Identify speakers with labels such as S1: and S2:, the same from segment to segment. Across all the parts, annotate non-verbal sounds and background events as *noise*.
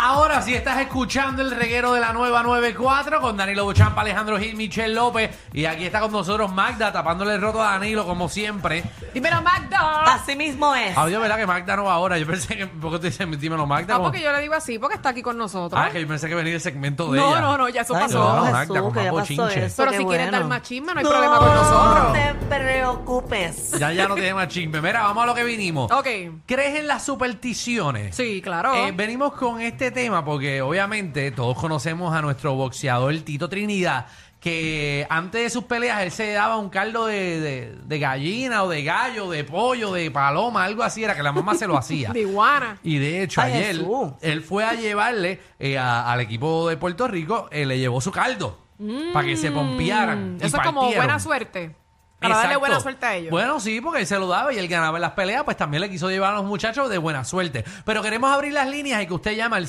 S1: Ahora, si estás escuchando el reguero de la nueva 94 con Danilo Buchampa, Alejandro Gil, Michelle López, y aquí está con nosotros Magda tapándole el roto a Danilo, como siempre.
S2: Dímelo, Magda.
S3: Así mismo es.
S1: Adiós, ¿verdad? Que Magda no va ahora. Yo pensé que. ¿Por qué te dices, dímelo, Magda?
S2: Ah,
S1: Como-
S2: porque yo le digo así, porque está aquí con nosotros.
S1: Ah, que yo pensé que venía el segmento de
S2: no,
S1: ella.
S2: no, no, ya eso
S3: Ay,
S2: pasó.
S1: no,
S3: Jesús,
S1: Magda, con
S3: que ya
S1: más
S3: pasó
S1: bochinche.
S3: eso,
S2: Pero
S3: qué
S2: si quieres
S3: bueno.
S2: dar más chisme, no hay problema con nosotros.
S3: No te preocupes.
S1: Ya, ya no tiene más chisme. Mira, vamos a lo que vinimos.
S2: Ok.
S1: ¿Crees en las supersticiones?
S2: Sí, claro.
S1: Eh, venimos con este tema porque obviamente todos conocemos a nuestro boxeador Tito Trinidad, que antes de sus peleas él se daba un caldo de, de- de gallina o de gallo, de pollo, de paloma, algo así, era que la mamá se lo hacía.
S2: *laughs* De iguana.
S1: Y de hecho,
S3: Ay,
S1: ayer
S3: Jesús.
S1: él fue a llevarle eh, a- al equipo de Puerto Rico, eh, le llevó su caldo para que se pompearan. y
S2: Mm. Eso es como
S1: partieron.
S2: buena suerte. Para darle
S1: Exacto.
S2: buena suerte a ellos.
S1: Bueno, sí, porque él se lo daba y él ganaba en las peleas, pues también le quiso llevar a los muchachos de buena suerte. Pero queremos abrir las líneas y que usted llama al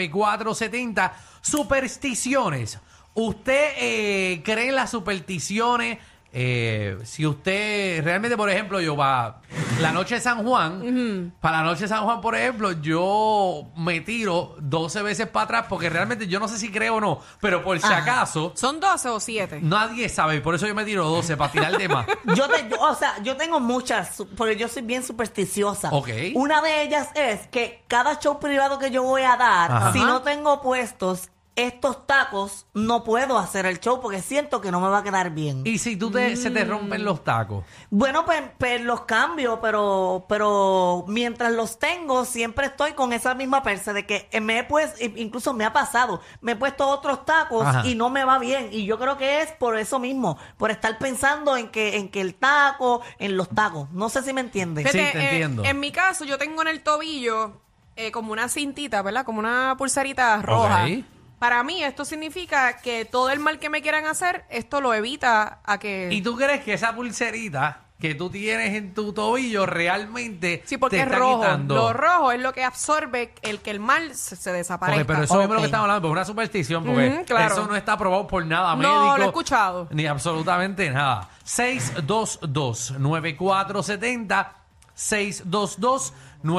S1: 622-9470. Supersticiones. ¿Usted eh, cree en las supersticiones? Eh, si usted realmente, por ejemplo, yo va la noche de San Juan, para la noche de San Juan, por ejemplo, yo me tiro 12 veces para atrás porque realmente yo no sé si creo o no, pero por si acaso,
S2: ¿Son 12 o 7?
S1: nadie sabe, y por eso yo me tiro 12 para tirar
S2: *laughs*
S1: de más.
S3: Yo, te- yo- o sea, yo tengo muchas, su- porque yo soy bien supersticiosa.
S1: Ok.
S3: Una de ellas es que cada show privado que yo voy a dar,
S1: Ajá.
S3: si no tengo puestos estos tacos, no puedo hacer el show porque siento que no me va a quedar bien.
S1: Y si tú te, se te rompen los tacos.
S3: Bueno, pues, pues los cambio, pero, pero mientras los tengo, siempre estoy con esa misma persa de que me he puesto, incluso me ha pasado, me he puesto otros tacos
S1: Ajá.
S3: y no me va bien. Y yo creo que es por eso mismo, por estar pensando en que, en que el taco, en los tacos. No sé si me entiendes.
S1: Sí,
S2: Fíjate,
S1: te
S2: eh,
S1: entiendo.
S2: En mi caso, yo tengo en el tobillo eh, como una cintita, ¿verdad? Como una pulsarita roja.
S1: Ok.
S2: Para mí, esto significa que todo el mal que me quieran hacer, esto lo evita a que.
S1: ¿Y tú crees que esa pulserita que tú tienes en tu tobillo realmente
S2: Sí, porque
S1: te
S2: es
S1: está
S2: rojo.
S1: quitando?
S2: Lo rojo es lo que absorbe el que el mal se, se desaparezca.
S1: Ok, pero eso es lo
S3: Ok.
S1: que estamos hablando, porque es una superstición, porque
S2: Ujú, Mm, claro.
S1: eso no está aprobado por nada
S2: No,
S1: médico.
S2: lo he escuchado.
S1: Ni absolutamente nada. 622-9470.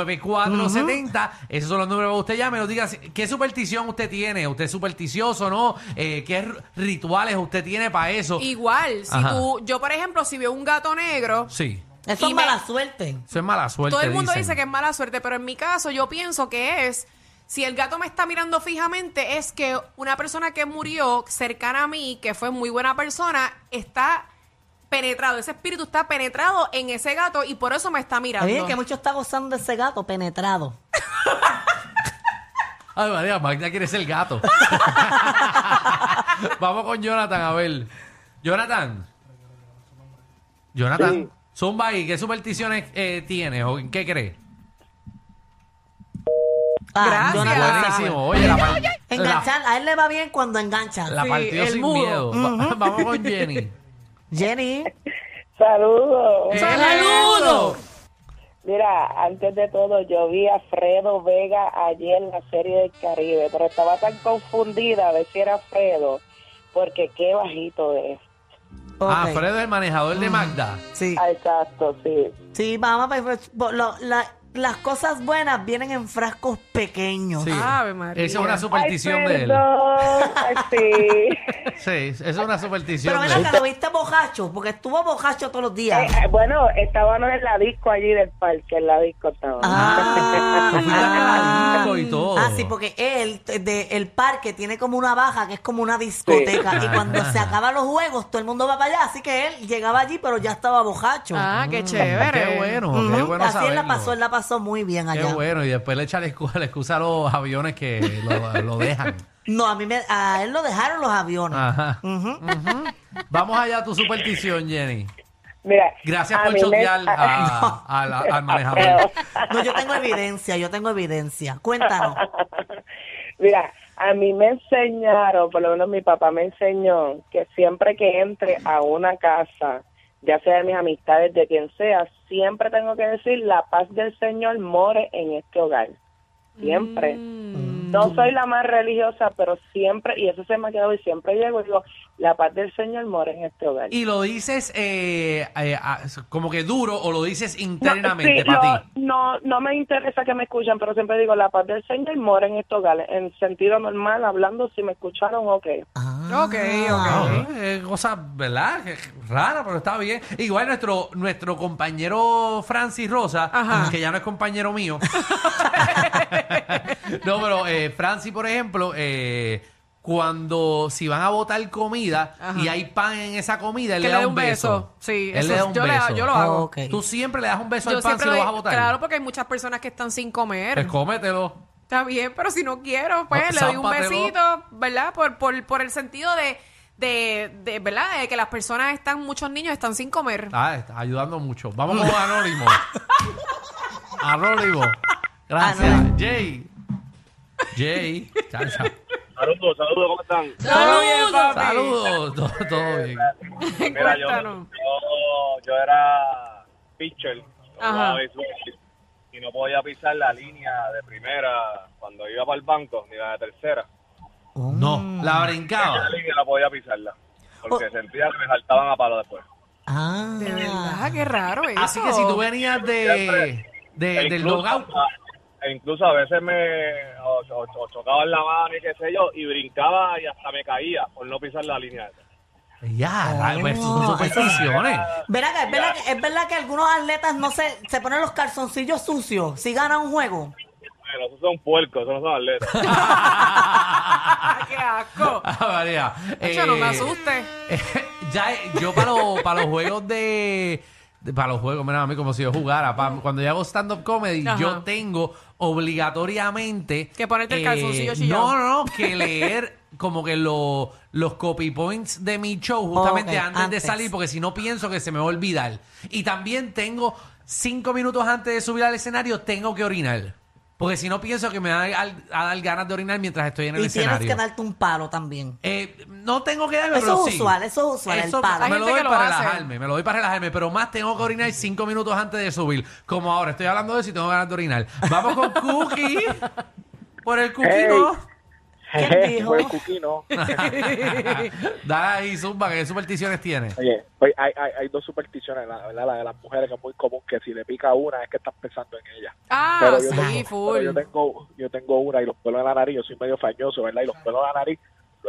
S1: 622-9470. Esos son los números que usted llame. Nos diga si- qué superstición usted tiene. ¿Usted es supersticioso o no? Eh, ¿Qué r- rituales usted tiene para eso?
S2: Igual, si
S1: Ajá.
S2: tú, yo por ejemplo, si veo un gato negro,
S1: Sí.
S3: Eso
S2: Y
S3: es
S2: me-
S3: mala suerte.
S1: Eso es mala suerte.
S2: todo el mundo
S1: dicen.
S2: dice que es mala suerte, pero en mi caso yo pienso que es, si el gato me está mirando fijamente, es que una persona que murió cercana a mí, que fue muy buena persona, está penetrado, ese espíritu está penetrado en ese gato y por eso me está mirando.
S3: Oye, que mucho está gozando ese gato penetrado.
S1: Ay, María, Magda quiere
S2: *laughs*
S1: ser gato. Vamos con Jonathan, a ver. Jonathan. Jonathan. Zumba ahí, ¿qué supersticiones eh, tienes o en qué crees?
S3: Ah,
S2: Gracias.
S3: yo no la sé.
S1: Buenísimo. Oye, la, par-
S3: Enganchar, a él le va bien cuando engancha. Mm.
S1: la- la
S2: Sí,
S1: partió
S2: el
S1: sin
S2: mudo.
S1: miedo. Va- *laughs* Vamos con Jenny.
S3: Jenny,
S4: Saludos.
S1: Eh,
S2: ¡Saludo!
S4: Mira, antes de todo, yo vi a Fredo Vega ayer en la serie del Caribe, pero estaba tan confundida de si era Fredo, porque qué bajito es.
S1: Ah,
S3: Ok. Ah.
S1: Fredo es el manejador de Magda.
S3: Sí.
S4: Ah, Exacto, sí.
S3: Sí, mamá, pues, pues, lo- la- las cosas buenas vienen en frascos pequeños.
S1: Sí.
S2: Ave María.
S1: Esa es una
S4: Ay,
S1: superstición de él.
S4: perdón. Ay, sí.
S1: Sí, esa es una superstición
S3: *laughs* Pero ven
S1: de él.
S3: acá, lo viste bojacho, porque estuvo bojacho todos los días.
S4: Eh, bueno, estábamos en la disco allí del parque, en la disco estábamos.
S3: Ah,
S1: Tú fuiste a la disco y todo.
S3: Ah, sí, porque él, de, el parque tiene como una baja que es como una discoteca.
S1: Sí.
S3: Y cuando se
S1: Ajá.
S3: acaban los juegos, todo el mundo va para allá. Así que él llegaba allí, pero ya estaba bojacho.
S2: Ah, qué chévere.
S1: Qué bueno,
S3: eh, Ujú.
S1: qué bueno
S3: Así él
S1: saberlo.
S3: la pasó, él la pasó muy bien
S1: Qué
S3: allá.
S1: bueno, y después le echa la excusa, la excusa a los aviones que lo, lo dejan.
S3: No, a mí me, a él lo dejaron los aviones.
S1: Ajá.
S3: Ujú.
S1: Vamos allá a tu superstición, Jenny.
S4: Mira,
S1: Gracias
S4: a
S1: por
S4: mí me-
S1: chotear
S4: *laughs*
S1: a- a la- al manejador.
S3: No, yo tengo evidencia, yo tengo evidencia. Cuéntanos.
S4: *laughs* Mira, a mí me enseñaron, por lo menos mi papá me enseñó, que siempre que entre a una casa, ya sea de mis amistades, de quien sea, siempre tengo que decir, la paz del Señor more en este hogar. Siempre.
S3: Mm.
S4: No soy la más religiosa, pero siempre, y eso se me ha quedado, y siempre llego y digo, la paz del Señor more en este hogar.
S1: ¿Y lo dices eh, eh, a- como que duro o lo dices
S4: No,
S1: internamente
S4: sí,
S1: para ti?
S4: lo- no, no me interesa que me escuchen, pero siempre digo, la paz del Señor mora en estos hogares. En sentido normal, hablando, si me escucharon, ok.
S2: Ok, ok.
S1: Ah, eh, cosa, ¿verdad? Que- Rara, pero está bien. Igual nuestro, nuestro compañero Francis Rosa,
S2: Ajá.
S1: que ya no es compañero mío. *laughs* no, pero eh, Francis, por ejemplo, eh, cuando si van a botar comida
S2: Ajá.
S1: y hay pan en esa comida, él
S2: Que
S1: le da un beso.
S2: Sí,
S1: él
S2: eso
S1: le da
S2: es-
S1: un
S2: yo, le
S1: beso.
S2: da- yo lo hago.
S3: Ok.
S1: Tú siempre le das un beso
S2: Yo
S1: al pan si
S2: siempre
S1: lo
S2: doy-
S1: vas a botar.
S2: Claro, porque hay muchas personas que están sin comer.
S1: Pues cómetelo.
S2: Está bien, pero si no quiero, pues
S1: No,
S2: le doy un
S1: zámpatelo.
S2: besito, ¿verdad? Por, por, por el sentido de, de, de, ¿verdad? De que las personas están, muchos niños están sin comer.
S1: Ah, estás ayudando mucho. Vamos con Anónimo. Anónimo. Gracias.
S3: Anónimo.
S1: Jay. Jay. Chacha.
S5: Saludos, saludos, ¿cómo están?
S2: ¡Saludos!
S1: Saludos. Todo, todo bien.
S5: Mira, yo,
S2: Cuéntanos.
S5: yo, yo era pitcher,
S2: Ajá.
S5: jugaba béisbol, y no podía pisar la línea de primera cuando iba para el banco, ni la de tercera.
S1: No, la brincaba.
S5: La línea no podía pisarla, porque
S3: Oh.
S5: sentía que me saltaban a palo después.
S3: Ah.
S2: De verdad, qué raro eh. eso.
S1: Así que si tú venías de, de-
S5: E
S1: del
S5: incluso-
S1: dogout.
S5: E incluso a veces me o, o- o chocaba en la mano y qué sé yo, y brincaba y hasta me caía por no pisar la línea. esa.
S1: Ya, la- pues, son
S3: Oh.
S1: supersticiones.
S3: Verá que es, verdad que es verdad que algunos atletas no se, se ponen los calzoncillos sucios si ganan un juego.
S5: Bueno, esos son puercos, esos no son atletas.
S2: Ah, *laughs* ¡Qué asco!
S1: *laughs* Ah, María.
S2: Chacho, no me
S1: Eh,
S2: asustes.
S1: *laughs* ya, eh, yo para, los- para los juegos de, de- Para los juegos, mira, a mí como si yo jugara. pa- cuando yo hago stand-up comedy,
S2: Ajá.
S1: yo tengo obligatoriamente... eh,
S2: Que ponerte el calzoncillo chillado.
S1: No, no, no, que leer como que lo- los copy points de mi show justamente
S3: Ok,
S1: antes, de
S3: antes.
S1: salir, porque si no pienso que se me va a olvidar. Y también tengo cinco minutos antes de subir al escenario, tengo que orinar. Porque si no pienso que me van a, a dar ganas de orinar mientras estoy en el
S3: Y tienes
S1: escenario.
S3: que darte un
S5: *laughs*
S3: palo también.
S1: Eh, no tengo que darme,
S3: Eso
S1: pero
S3: es
S1: sí.
S3: usual, eso es usual, el palo.
S1: me
S2: Hay
S1: lo
S2: gente
S1: doy
S2: que lo
S1: para
S2: hace.
S1: relajarme, me lo doy para relajarme, pero más tengo que orinar cinco minutos antes de subir. Como ahora, estoy hablando de eso y tengo ganas de orinar. Vamos con Cookie. Por el Cookie
S5: Hey.
S1: no.
S3: ¿Quién dijo?
S5: Pues, Cuquí, no.
S1: Dale ahí, Zumba, ¿qué supersticiones tiene?
S5: Oye, pues, hay, hay, hay dos supersticiones, la, ¿verdad? La de las mujeres que es muy común, que si le pica una es que estás pensando en ella.
S2: Ah,
S5: yo
S2: sí,
S5: tengo, pero
S2: full.
S5: yo tengo yo tengo una y los pelos de la nariz, yo soy medio fañoso, ¿verdad? Y los pelos de la nariz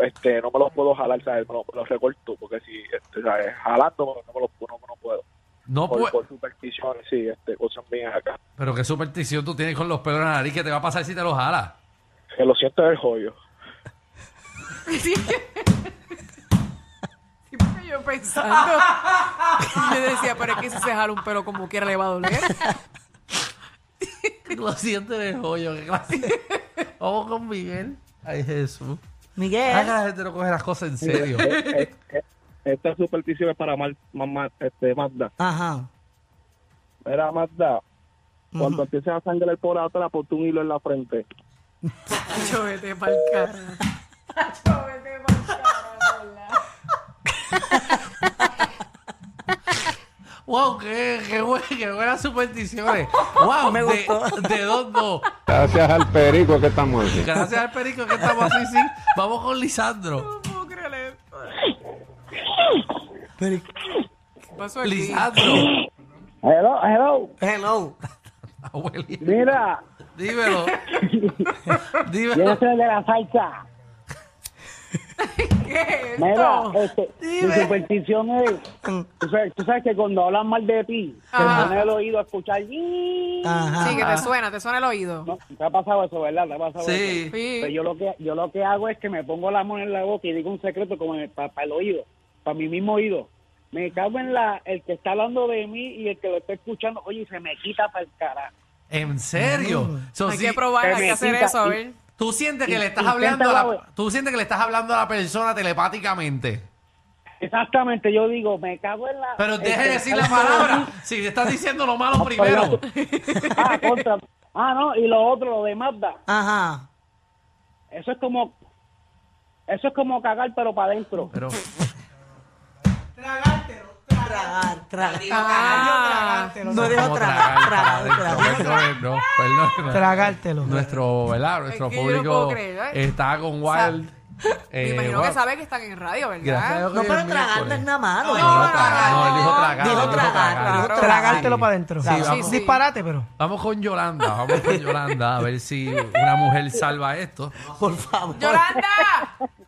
S5: este, no me los puedo jalar, ¿sabes? Me los, me los recorto, porque si este, ¿sabes? jalando no me los no, no puedo.
S1: No
S5: Por,
S1: puedo.
S5: por supersticiones, sí, este, cosas mías acá.
S1: Pero qué superstición tú tienes con los pelos en la nariz que te va a pasar si te los jalas.
S5: Que lo siento del joyo.
S2: Sí. Sí, porque yo pensando. *laughs* Yo decía, pero es que si se jala un pelo como quiera le va a doler.
S1: *laughs* Lo siento en el hoyo, qué *laughs* clase. Vamos con Miguel. Ay, Jesús. Ay, que
S3: Miguel.
S1: la gente no coge las cosas en serio.
S5: Esta superstición es para Mar- Mar- Mar- este, Magda.
S3: Ajá.
S5: Era Magda, cuando empieces a sangrar por atrás, ponte un hilo en la frente.
S2: Yo vete pa'l cara. Yo vete pa'l cara, ¿verdad?
S1: *laughs* Wow, qué, qué, buen- qué buenas supersticiones. Wow,
S3: *laughs* Me
S1: de,
S3: gustó.
S1: de dos, dos.
S5: Gracias al perico que estamos aquí.
S1: Gracias al perico que estamos así, sí. Vamos con Lisandro.
S2: No puedo creer esto.
S3: Pero-
S2: ¿Qué pasó aquí?
S1: Lisandro.
S4: Hello, hello.
S3: Hello.
S1: *laughs* Abuelita.
S4: Mira,
S1: Dímelo.
S4: yo
S1: Dímelo.
S4: soy de la salsa.
S2: *laughs* ¿Qué?
S4: Mira, este, mi
S2: Dime.
S4: superstición es, tú sabes, tú sabes que cuando hablan mal de ti, te
S2: Ajá.
S4: pones el oído a escuchar. "Yi".
S3: Ajá.
S2: Sí, que te suena, te suena el oído.
S4: No, te ha pasado eso, ¿verdad? Te ha pasado eso.
S1: Sí.
S2: Sí.
S4: Pues yo lo que yo lo que hago es que me pongo la mano en la boca y digo un secreto como para el oído, para mi mismo oído. Me cago en la el que está hablando de mí y el que lo está escuchando, oye, se me quita para el carajo.
S1: ¿En serio? So,
S2: Hay
S1: sí,
S2: que probar, hay que
S4: Pero
S2: hacer
S4: quita-
S2: eso, ¿eh? a ver.
S1: Tú sientes que le estás
S4: Inténtalo,
S1: hablando a
S4: güey.
S1: la, tú sientes que le estás hablando a la persona telepáticamente.
S4: Exactamente, yo digo, me cago en la Este,
S1: Pero
S4: el
S3: Este,
S1: deje
S4: que
S1: de decir
S4: está
S1: la
S4: hablando de
S1: palabra.
S4: mí.
S1: Si le estás diciendo lo malo
S4: Ah,
S1: primero.
S4: perdón. *laughs* Ah, contra. Ah, no, y lo otro, lo de Mazda.
S3: Ajá.
S4: Eso es como eso es como cagar pero para adentro.
S1: Pero
S3: Tragar, tragar.
S2: Ah,
S3: No dijo
S1: ¿cómo
S3: tragar, tragar,
S1: para
S3: tragar.
S1: adentro? Perdón, no, perdón.
S6: Tragártelo.
S1: Nuestro, ¿verdad? Nuestro
S2: que yo no puedo
S1: público
S2: creer, ¿eh?
S1: está con
S2: O sea,
S1: Wild.
S2: me
S1: Eh,
S2: imagino
S1: bueno,
S2: que sabe que están en radio,
S1: gracias a
S2: ¿verdad?
S1: Dios que
S3: No,
S1: hoy
S3: pero
S1: es
S3: tragar no
S1: miércoles.
S3: es nada malo.
S2: No,
S1: No, no,
S2: no,
S1: tragar, no, él dijo
S2: no.
S1: tragar.
S3: Dijo
S1: él
S3: tragar, dijo
S1: tragar.
S6: Tragártelo
S1: Sí.
S6: para adentro.
S1: Sí, vamos.
S6: Un Disparate, pero.
S1: Vamos con Yolanda, vamos con Yolanda, a ver si una mujer salva esto.
S3: Por favor.
S2: ¡Yolanda!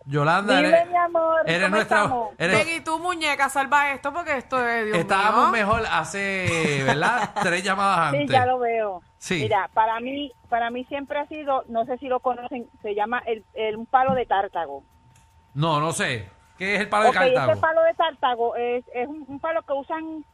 S1: Yolanda,
S4: Dime,
S1: eres,
S4: mi amor,
S1: eres
S4: ¿cómo
S1: nuestra.
S4: estamos?
S1: eres-
S2: Ven y tú, muñeca, salva esto porque esto es Dios
S1: estábamos
S2: mío.
S1: mejor hace,
S4: *laughs*
S1: ¿verdad? Tres llamadas
S4: Sí,
S1: antes.
S4: ya lo veo.
S1: Sí.
S4: Mira, para mí, para mí siempre ha sido, no sé si lo conocen, se llama el, el- un palo de tártago.
S1: No, no sé. ¿Qué es el palo
S4: Ok,
S1: de Cartago?
S4: Este palo de tártago es, es un, un palo que usan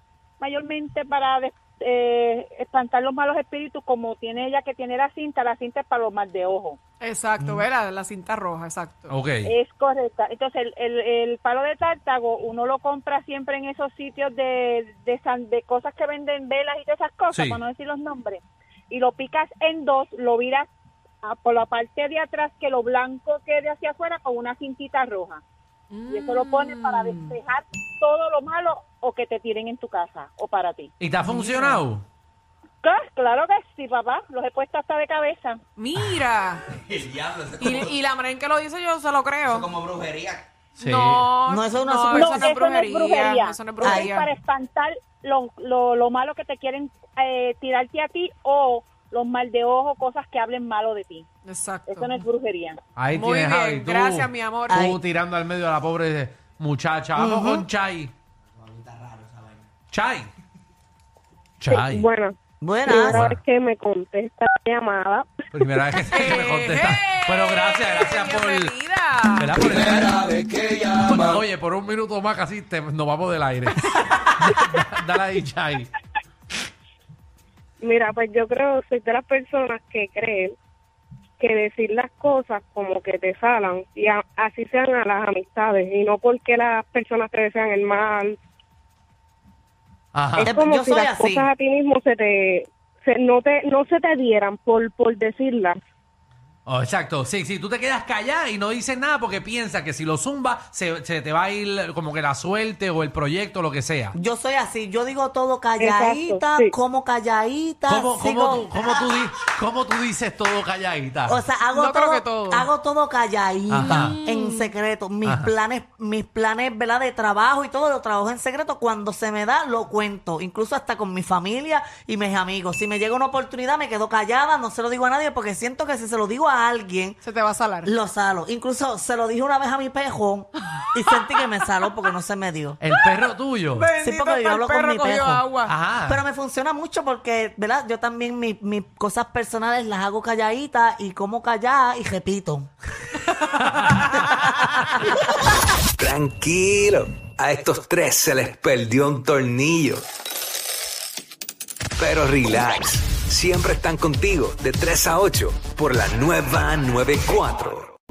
S4: mayormente para des- eh, espantar los malos espíritus, como tiene ella que tiene la cinta, la cinta es para los mal de ojo.
S2: Exacto, ¿verdad? la, cinta roja, exacto.
S1: Ok.
S4: Es correcta. Entonces, el, el- el palo de tártago uno lo compra siempre en esos sitios de, de, san- de cosas que venden velas y todas esas cosas,
S1: Sí.
S4: para no decir los nombres. Y lo picas en dos, lo viras a- por la parte de atrás, que lo blanco quede hacia afuera con una cintita roja. Y eso lo pones para despejar todo lo malo o que te tiren en tu casa o para ti.
S1: ¿Y te ha funcionado?
S4: Claro, claro que sí, papá. Los he puesto hasta de cabeza.
S2: Mira. y, y la manera en que lo dice yo se lo creo.
S1: Sí.
S2: No,
S3: No, eso no es
S2: no,
S3: super-
S4: No,
S2: eso no es brujería. Eso no es brujería.
S4: Es para espantar lo, lo, lo malo que te quieren eh, tirarte a ti o los mal de ojo, cosas que hablen malo de ti.
S2: Exacto.
S4: Eso no es brujería.
S1: Ahí
S2: Muy
S1: tienes,
S2: bien,
S1: Javi, tú-
S2: Eh, gracias, mi amor.
S1: Tú
S2: Ay.
S1: tirando al medio a la pobre muchacha. Vamos con Chay. Chay.
S2: Eh,
S1: Chay.
S4: Bueno,
S3: Buenas.
S1: Bueno,
S4: que me contesta la llamada.
S1: primera vez que me contesta. Pero gracias, gracias por...
S2: Bienvenida.
S1: ¿verdad? Por el- Oye, por un minuto más casi te- nos vamos del
S3: *laughs*
S1: aire. Da- Dale ahí, Chay.
S4: Mira, pues yo creo, soy de las personas que creen que decir las cosas como que te salan y a- así sean a
S3: Ah.
S4: las amistades y no porque las personas te desean el mal.
S1: Ajá.
S3: Eh,
S4: Es como
S3: yo
S4: si
S3: soy
S4: las
S3: así.
S4: cosas a ti mismo se te, se- no te no se te dieran por, por decirlas.
S1: Oh, exacto, sí, sí, tú te quedas callada y no dices nada porque piensas que si lo zumba se, se te va a ir como que la suerte o el proyecto, lo que sea.
S3: Yo soy así, yo digo todo calladita,
S4: Exacto, sí.
S3: como calladita.
S1: ¿Cómo, cómo, tú,
S3: sigo-
S1: cómo, tú, di- cómo tú dices todo calladita?
S3: O sea, hago
S2: No
S3: todo,
S2: creo que todo.
S3: hago todo calladita,
S1: Ajá.
S3: en secreto. Mis
S1: Ajá.
S3: planes, mis planes, ¿verdad? De trabajo y todo lo trabajo en secreto. Cuando se me da, lo cuento. Incluso hasta con mi familia y mis amigos. Si me llega una oportunidad, me quedo callada, no se lo digo a nadie, porque siento que si se lo digo a alguien,
S2: Se te va a salar.
S3: lo salo. Incluso se lo dije una vez a mi pejón y sentí que me saló porque no se me dio.
S1: el perro
S3: *laughs*
S1: tuyo.
S3: Sí,
S2: Bendito
S3: porque
S2: está
S3: yo
S2: el
S3: hablo con
S2: perro,
S3: mi
S2: cogió
S3: pejo.
S2: agua.
S1: Ajá.
S3: Pero me funciona mucho porque, ¿verdad? Yo también mi- mis cosas personales las hago calladitas y como callada y repito.
S6: Tranquilo. A estos tres se les perdió un tornillo. Pero relax. Siempre están contigo de 3 a 8 por la nueva 94.